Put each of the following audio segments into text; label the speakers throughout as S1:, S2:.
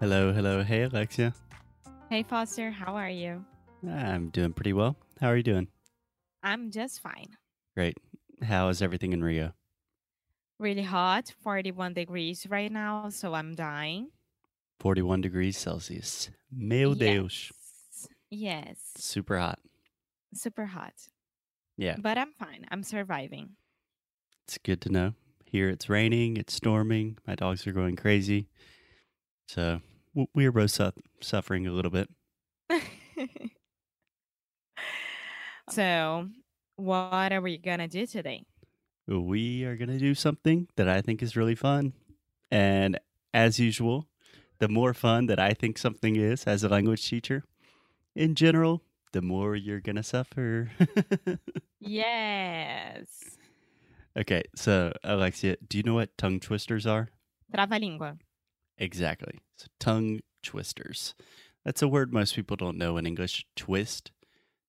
S1: Hello, hello. Hey, Alexia.
S2: Hey Foster, how are you?
S1: I'm doing pretty well. How are you doing?
S2: I'm just fine.
S1: Great. How is everything in Rio?
S2: Really hot, 41 degrees right now, so I'm dying.
S1: 41 degrees Celsius. Meu Deus.
S2: Yes. Yes,
S1: Super hot.
S2: super hot.
S1: Yeah.
S2: But I'm fine. I'm surviving.
S1: It's good to know. Here it's raining, it's storming, my dogs are going crazy. So w- we are both su- suffering a little bit. Oh.
S2: so, what are we going to do today?
S1: We are going to do something that I think is really fun. And as usual, the more fun that I think something is as a language teacher, in general, the more you're going to suffer.
S2: Yes.
S1: okay, so Alexia, do you know what tongue twisters are?
S2: Trava-língua.
S1: Exactly. So tongue twisters. That's a word most people don't know in English. Twist.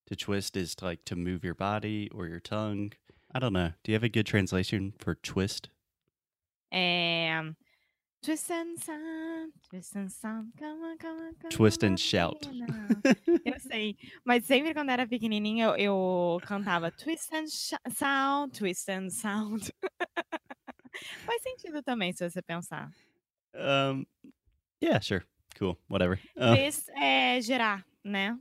S1: To twist is to, like to move your body or your tongue. I don't know. Do you have a good translation for twist?
S2: Um, twist and sound, twist and sound, come on, come on, come
S1: Twist and
S2: on,
S1: shout.
S2: menina. Eu sei, mas sempre quando era pequenininha eu, eu cantava Twist and Sh- Sound, Twist and Sound. Faz sentido também, se você pensar.
S1: um, yeah, sure. Cool. Whatever. Um,
S2: Twist é girar, né?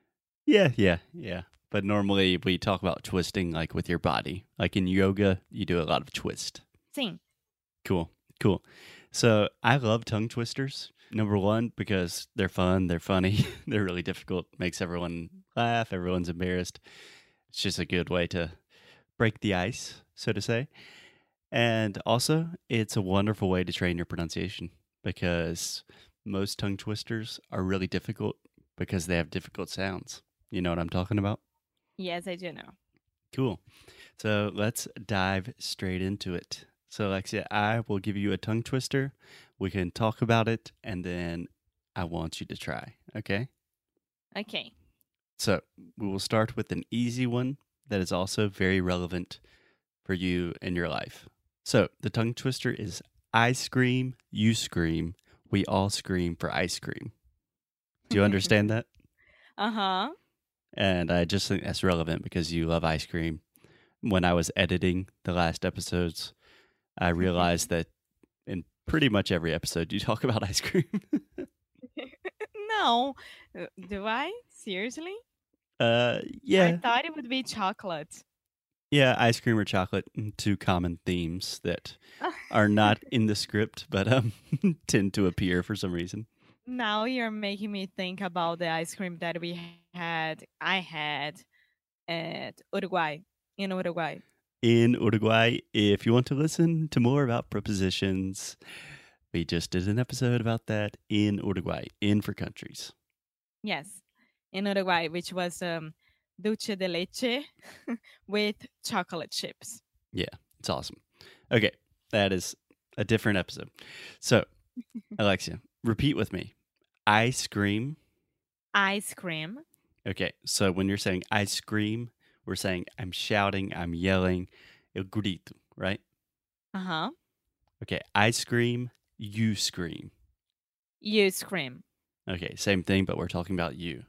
S1: yeah, yeah, yeah. But normally we talk about twisting like with your body. Like in yoga, you do a lot of twist.
S2: Sim.
S1: Cool. Cool. So I love tongue twisters. Number one, because they're fun, they're funny, they're really difficult, makes everyone laugh, everyone's embarrassed. It's just a good way to break the ice, so to say. And also, it's a wonderful way to train your pronunciation because most tongue twisters are really difficult because they have difficult sounds. You know what I'm talking about?
S2: Yes, I do know.
S1: Cool. So let's dive straight into it. So, Alexia, I will give you a tongue twister. We can talk about it, and then I want you to try. Okay.
S2: Ok.
S1: So, we will start with an easy one that is also very relevant for you in your life. So, the tongue twister is I scream, you scream, we all scream for ice cream. Do you understand that?
S2: Aham.
S1: And I just think that's relevant because you love ice cream. When I was editing the last episodes, I realized that in pretty much every episode you talk about ice cream.
S2: Não. Uh, Do I? Seriously?
S1: uh
S2: I
S1: yeah.
S2: thought it would be chocolate.
S1: Yeah, ice cream or chocolate, mm, two common themes that are not in the script but um tend to appear for some reason.
S2: Now you're making me think about the ice cream that we had, I had at Uruguay, in Uruguay.
S1: In Uruguay, if you want to listen to more about prepositions, we just did an episode about that in Uruguay, in for countries.
S2: Yes, in Uruguay, which was um, dulce de leche with chocolate chips.
S1: It's awesome. Okay, that is a different episode. So, Alexia, repeat with me. Ice scream.
S2: Ice cream.
S1: Okay, so when you're saying ice scream, we're saying I'm shouting, I'm yelling, eu grito, right?
S2: Uh huh.
S1: Okay, I scream, you scream.
S2: You scream.
S1: Okay, same thing, but we're talking about you.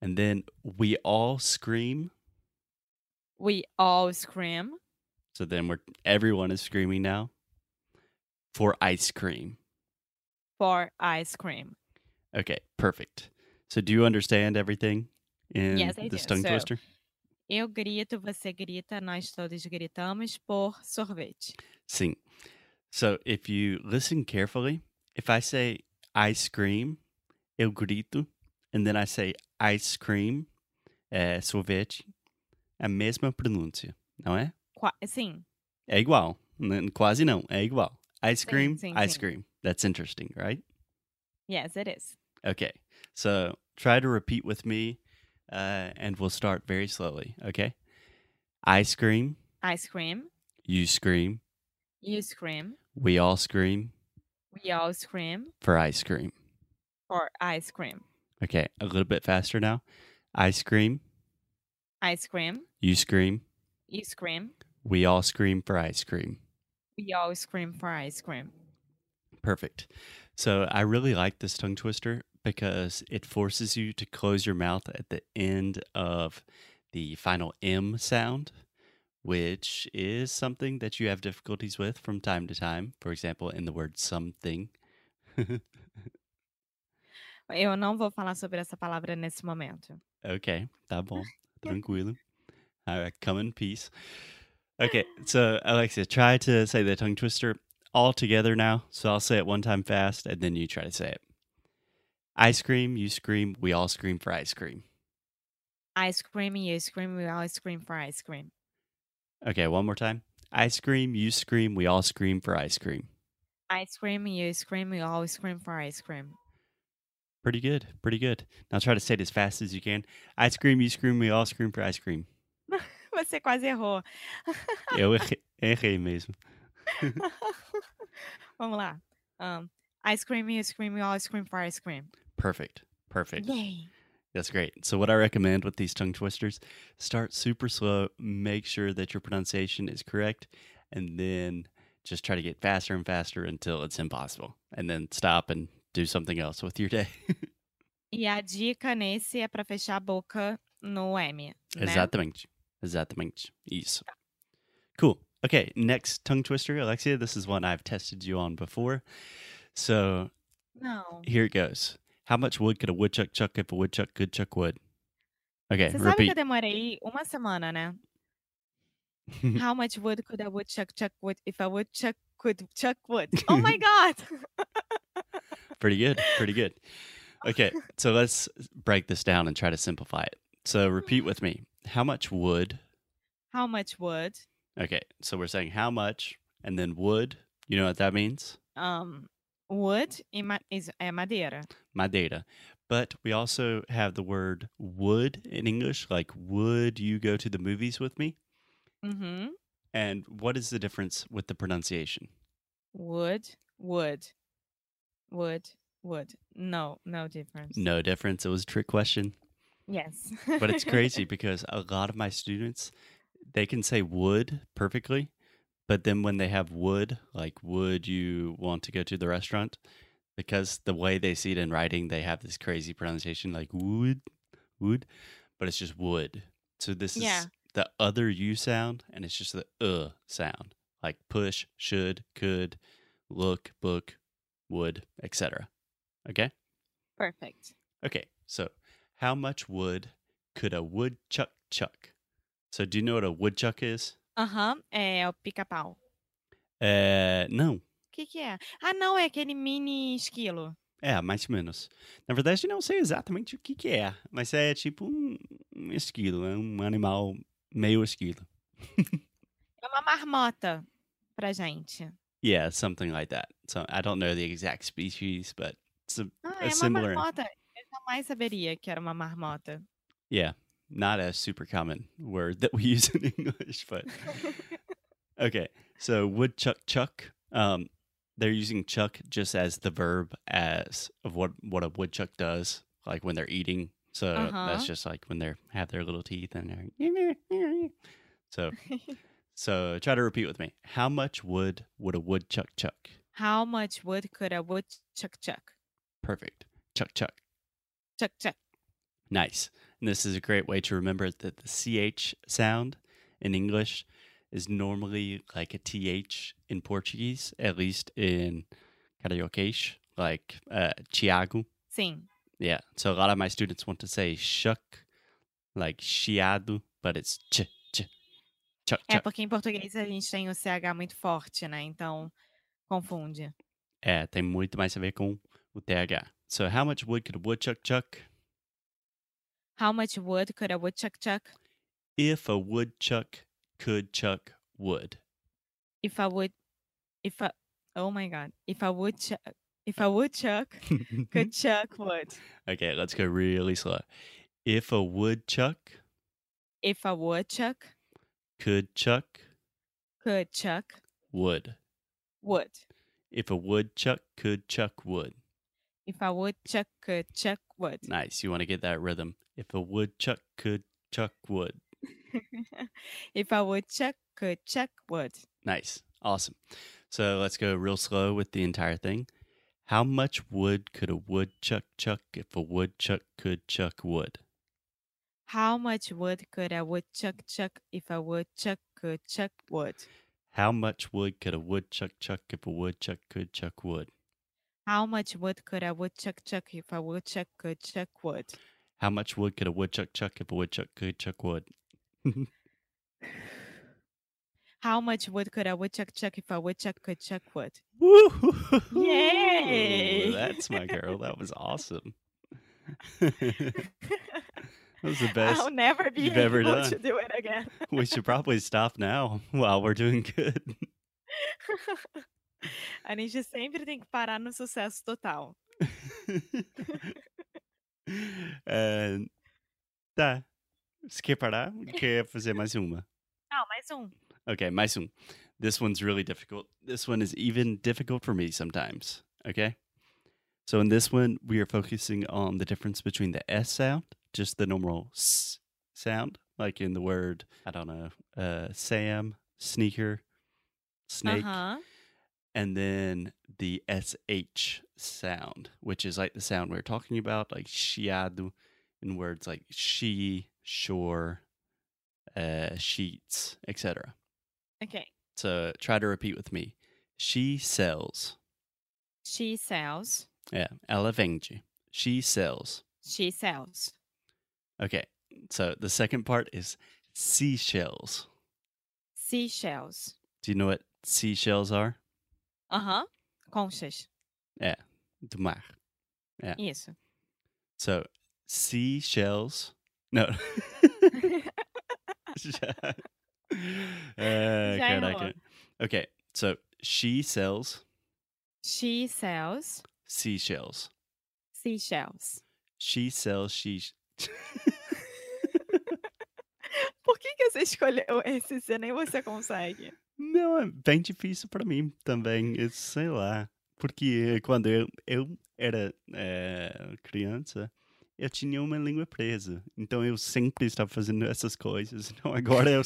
S1: And then we all scream.
S2: We all scream
S1: So then we're everyone is screaming now for ice cream.
S2: for ice cream.
S1: Okay, perfect. So do you understand everything in
S2: Yes, I
S1: this
S2: do.
S1: tongue
S2: So-
S1: twister?
S2: Eu grito, você grita, nós todos gritamos por sorvete.
S1: Sim. So if you listen carefully, if I say I scream, eu grito, and then I say ice cream, é, sorvete, a mesma pronúncia, não é?
S2: Qua- Sim,
S1: É igual. n- Quase não, é igual. Ice cream,
S2: sim,
S1: ice
S2: sim.
S1: cream. That's interesting, right?
S2: Yes, it is.
S1: Okay. So try to repeat with me, uh, and we'll start very slowly. Okay. I scream.
S2: Ice cream.
S1: You scream.
S2: You scream.
S1: We all scream
S2: We all scream
S1: for ice cream.
S2: for ice cream.
S1: Okay. A little bit faster now. I scream.
S2: Ice cream.
S1: You scream.
S2: You scream.
S1: We all scream for ice cream.
S2: We all scream for ice cream.
S1: Perfect. So I really like this tongue twister because it forces you to close your mouth at the end of the final M sound, which is something that you have difficulties with from time to time. For example, in the word something.
S2: Eu não vou falar sobre essa palavra nesse momento.
S1: Okay, tá bom. Tranquilo. All right, come in peace. Okay, so Alexia, try to say the tongue twister all together now. So I'll say it one time fast, and then you try to say it. I scream, you scream, we all scream for ice cream.
S2: Ice cream, you scream, we all scream for ice cream.
S1: Okay, one more time. I scream, you scream, we all scream for ice cream.
S2: Ice cream, you scream, we all scream for ice cream.
S1: Pretty good, pretty good. Now try to say it as fast as you can. I scream, you scream, we all scream for ice cream.
S2: Você quase errou.
S1: Eu errei- errei mesmo.
S2: Vamos lá. Um, ice cream, you scream, we all scream for ice cream.
S1: Perfect, perfect.
S2: Yay.
S1: That's great. So, what I recommend with these tongue twisters, start super slow, make sure that your pronunciation is correct, and then just try to get faster and faster until it's impossible. And then stop and do something else with your day.
S2: E a dica nesse é para fechar a boca no M.
S1: Is
S2: né?
S1: that the minch? Is that the minch? Yes. Cool. Okay. Next tongue twister, Alexia. This is one I've tested you on before. So,
S2: Não.
S1: here it goes. How much wood could a woodchuck chuck if a woodchuck could chuck wood? Okay.
S2: Você sabe que
S1: é, repeat.
S2: eu demorei uma semana, né? How much wood could a woodchuck chuck wood if a woodchuck could chuck wood? Oh my god!
S1: Pretty good. Pretty good. Okay. So let's break this down and try to simplify it. So repeat with me. How much wood?
S2: How much wood?
S1: Okay. So we're saying how much and then wood. You know what that means?
S2: Um, wood e ma- is- é madeira.
S1: My data. But we also have the word would in English, like would you go to the movies with me?
S2: Uhum.
S1: And what is the difference with the pronunciation?
S2: Wood, wood, wood, wood. No, no difference.
S1: No difference. It was a trick question.
S2: Yes.
S1: But it's crazy because a lot of my students they can say would perfectly, but then when they have would, like would you want to go to the restaurant? Because the way they see it in writing, they have this crazy pronunciation like would, would, but it's just would. So this
S2: Yeah.
S1: is the other u sound, and it's just the uh sound, like push, should, could, look, book, would, etc. Okay.
S2: Perfect.
S1: Okay, so how much wood could a woodchuck chuck? So do you know what a woodchuck is?
S2: Aham, é o pica-pau.
S1: Uh, no.
S2: O que, que é? Ah, não, é aquele mini esquilo.
S1: É, mais ou menos. Na verdade, eu não sei exatamente o que, que é, mas é tipo um, um esquilo, é um animal meio esquilo.
S2: É uma marmota pra gente.
S1: Yeah, something like that. So I don't know the exact species, but it's a,
S2: Ah,
S1: É
S2: é uma
S1: similar.
S2: marmota. Eu jamais saberia que era uma marmota.
S1: yeah, not a super common word that we use in English, but Okay, so woodchuck chuck. Um, they're using chuck just as the verb as of what what a woodchuck does, like when they're eating. So
S2: Uh-huh.
S1: that's just like when they have their little teeth and they're. So so try to repeat with me. How much wood would a woodchuck chuck?
S2: How much wood could a woodchuck chuck?
S1: Perfect. Chuck chuck.
S2: Chuck chuck.
S1: Nice. And this is a great way to remember that the ch sound in English is normally like a th in Portuguese, at least in Carioquês, like uh, Chiago.
S2: Sim.
S1: Yeah. So a lot of my students want to say shuck, like chiado, but it's ch ch chuck
S2: É
S1: chuck.
S2: porque em português a gente tem o CH muito forte, né? Então confunde.
S1: É, tem muito mais a ver com o th. So how much wood could a woodchuck chuck
S2: How much wood could a woodchuck chuck
S1: if a woodchuck could chuck wood?
S2: if a wood if a Oh my god. If I would chuck if I would chuck, could chuck wood.
S1: okay, let's go really slow. If a woodchuck
S2: If I would chuck,
S1: could chuck
S2: could chuck
S1: wood.
S2: wood.
S1: If a woodchuck could chuck wood.
S2: If I would chuck, could chuck wood.
S1: Nice. You want to get that rhythm. If a woodchuck could chuck wood.
S2: if I would chuck, could chuck wood.
S1: Nice. Awesome. So let's go real slow with the entire thing. How much wood could a woodchuck chuck if a woodchuck could chuck wood?
S2: How much wood could a woodchuck chuck if a woodchuck could chuck wood?
S1: How much wood could a woodchuck chuck if a woodchuck could chuck wood?
S2: How much wood could a woodchuck chuck if a woodchuck could chuck wood?
S1: How much wood could a woodchuck chuck if a woodchuck could chuck wood?
S2: How much wood could a woodchuck chuck if a woodchuck could chuck wood?
S1: Woo!
S2: Yay!
S1: That's my girl. That was awesome. that was the best.
S2: I'll never be
S1: you've ever
S2: able
S1: done.
S2: to do it again.
S1: We should probably stop now while we're doing good.
S2: a gente sempre tem que parar no sucesso total.
S1: É, tá. Você quer parar? Quer fazer mais uma?
S2: Não, mais um.
S1: Okay, mais um. This one's really difficult. This one is even difficult for me sometimes. Okay? So in this one, we are focusing on the difference between the S sound, just the normal S sound, like in the word, I don't know, uh, Sam, sneaker, snake,
S2: Aham.
S1: and then the SH sound, which is like the sound we are talking about, like chiado, in words like she, shore, uh, sheets, etc.
S2: Ok.
S1: So try to repeat with me. She sells.
S2: She sells.
S1: Yeah, ela vende. She sells.
S2: She sells.
S1: Okay, so the second part is seashells.
S2: Seashells.
S1: Do you know what seashells are?
S2: Aham. Conchas.
S1: Do mar. É.
S2: Isso.
S1: So seashells. No. É, Já- Ah,
S2: Já
S1: caraca.
S2: enrolou.
S1: Okay, so she sells
S2: She sells
S1: seashells.
S2: seashells.
S1: She sells she.
S2: Por que, que você escolheu esse se nem você consegue?
S1: Não, é bem difícil para mim também, eu sei lá. Porque quando eu, eu era eh, criança, eu tinha uma língua presa. Então eu sempre estava fazendo essas coisas. Então agora eu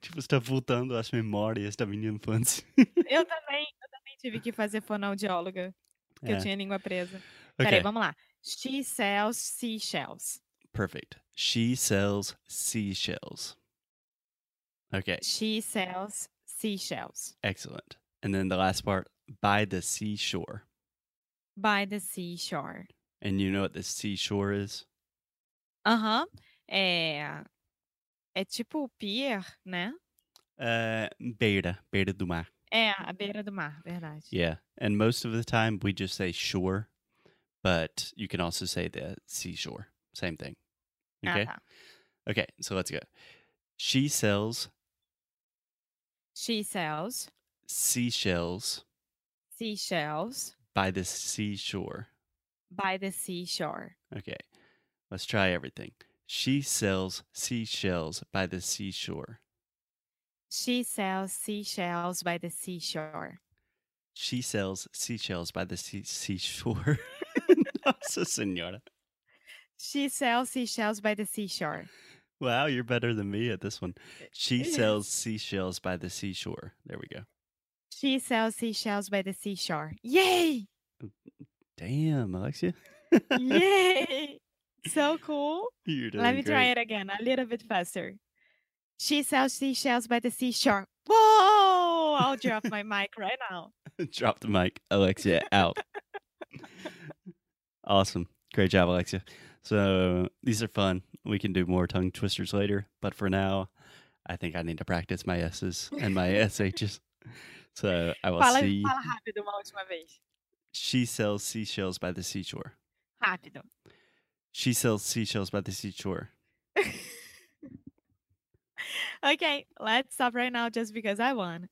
S1: tipo, estou voltando às memórias da minha infância.
S2: Eu também, eu também tive que fazer fonoaudióloga, porque eu
S1: É.
S2: tinha língua presa.
S1: Okay,
S2: Peraí, vamos lá. She sells seashells.
S1: perfect. She sells seashells. Okay,
S2: She sells seashells
S1: excellent. And then the last part, by the seashore.
S2: by the seashore.
S1: And you know what the seashore is?
S2: Aham. É. É tipo o pier, né?
S1: Uh, beira, beira do mar.
S2: É, a beira do mar, verdade.
S1: Yeah. And most of the time we just say shore, but you can also say the seashore. Same thing. Okay.
S2: Ah, tá.
S1: Okay. So let's go. She sells
S2: She sells
S1: seashells
S2: seashells
S1: by the seashore.
S2: by the seashore.
S1: Okay. Let's try everything. She sells seashells by the seashore.
S2: She sells seashells by the seashore.
S1: She sells seashells by the sea- seashore. Nossa senora.
S2: She sells seashells by the seashore.
S1: Wow, you're better than me at this one. She sells seashells by the seashore. There we go.
S2: She sells seashells by the seashore. Yay!
S1: Damn, Alexia.
S2: Yay! So cool.
S1: You're doing
S2: Let me
S1: great.
S2: try it again a little bit faster. She sells seashells by the seashore. Whoa! I'll drop my mic right now.
S1: Drop the mic. Alexia out. awesome. Great job, Alexia. So these are fun. We can do more tongue twisters later, but for now, I think I need to practice my S's and my SH's. So I will
S2: Fala,
S1: see.
S2: fala rápido uma última vez.
S1: She sells seashells by the seashore.
S2: Rápido.
S1: She sells seashells by the seashore.
S2: Okay, let's stop right now just because I won.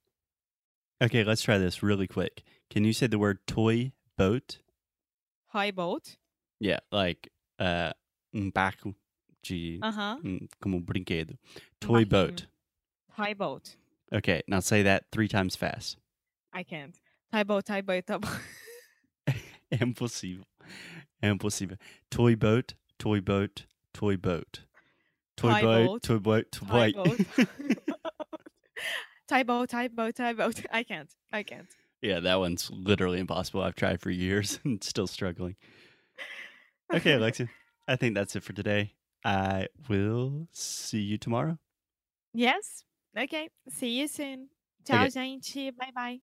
S1: Okay, let's try this really quick. Can you say the word toy boat?
S2: Roy Bolt.
S1: Yeah, like uh, um barco de
S2: Aham.
S1: um, como um brinquedo. Toy boat.
S2: Roy Bolt.
S1: Okay, now say that three times fast.
S2: I can't. Toy Bolt, Toy Bolt, Toy Bolt.
S1: É impossível. É impossível. Toy boat, toy boat, toy boat. Toy,
S2: Toy
S1: boat,
S2: boat,
S1: toy boat, toy
S2: Toy
S1: boat.
S2: Bolt. Toy Bolt, Toy Bolt, Toy Boat. I can't. I can't.
S1: Yeah, that one's literally impossible. I've tried for years and still struggling. Okay, Alexia, I think that's it for today. I will see you tomorrow.
S2: Yes? Okay. See you soon. Tchau,
S1: Okay.
S2: gente. Bye, bye.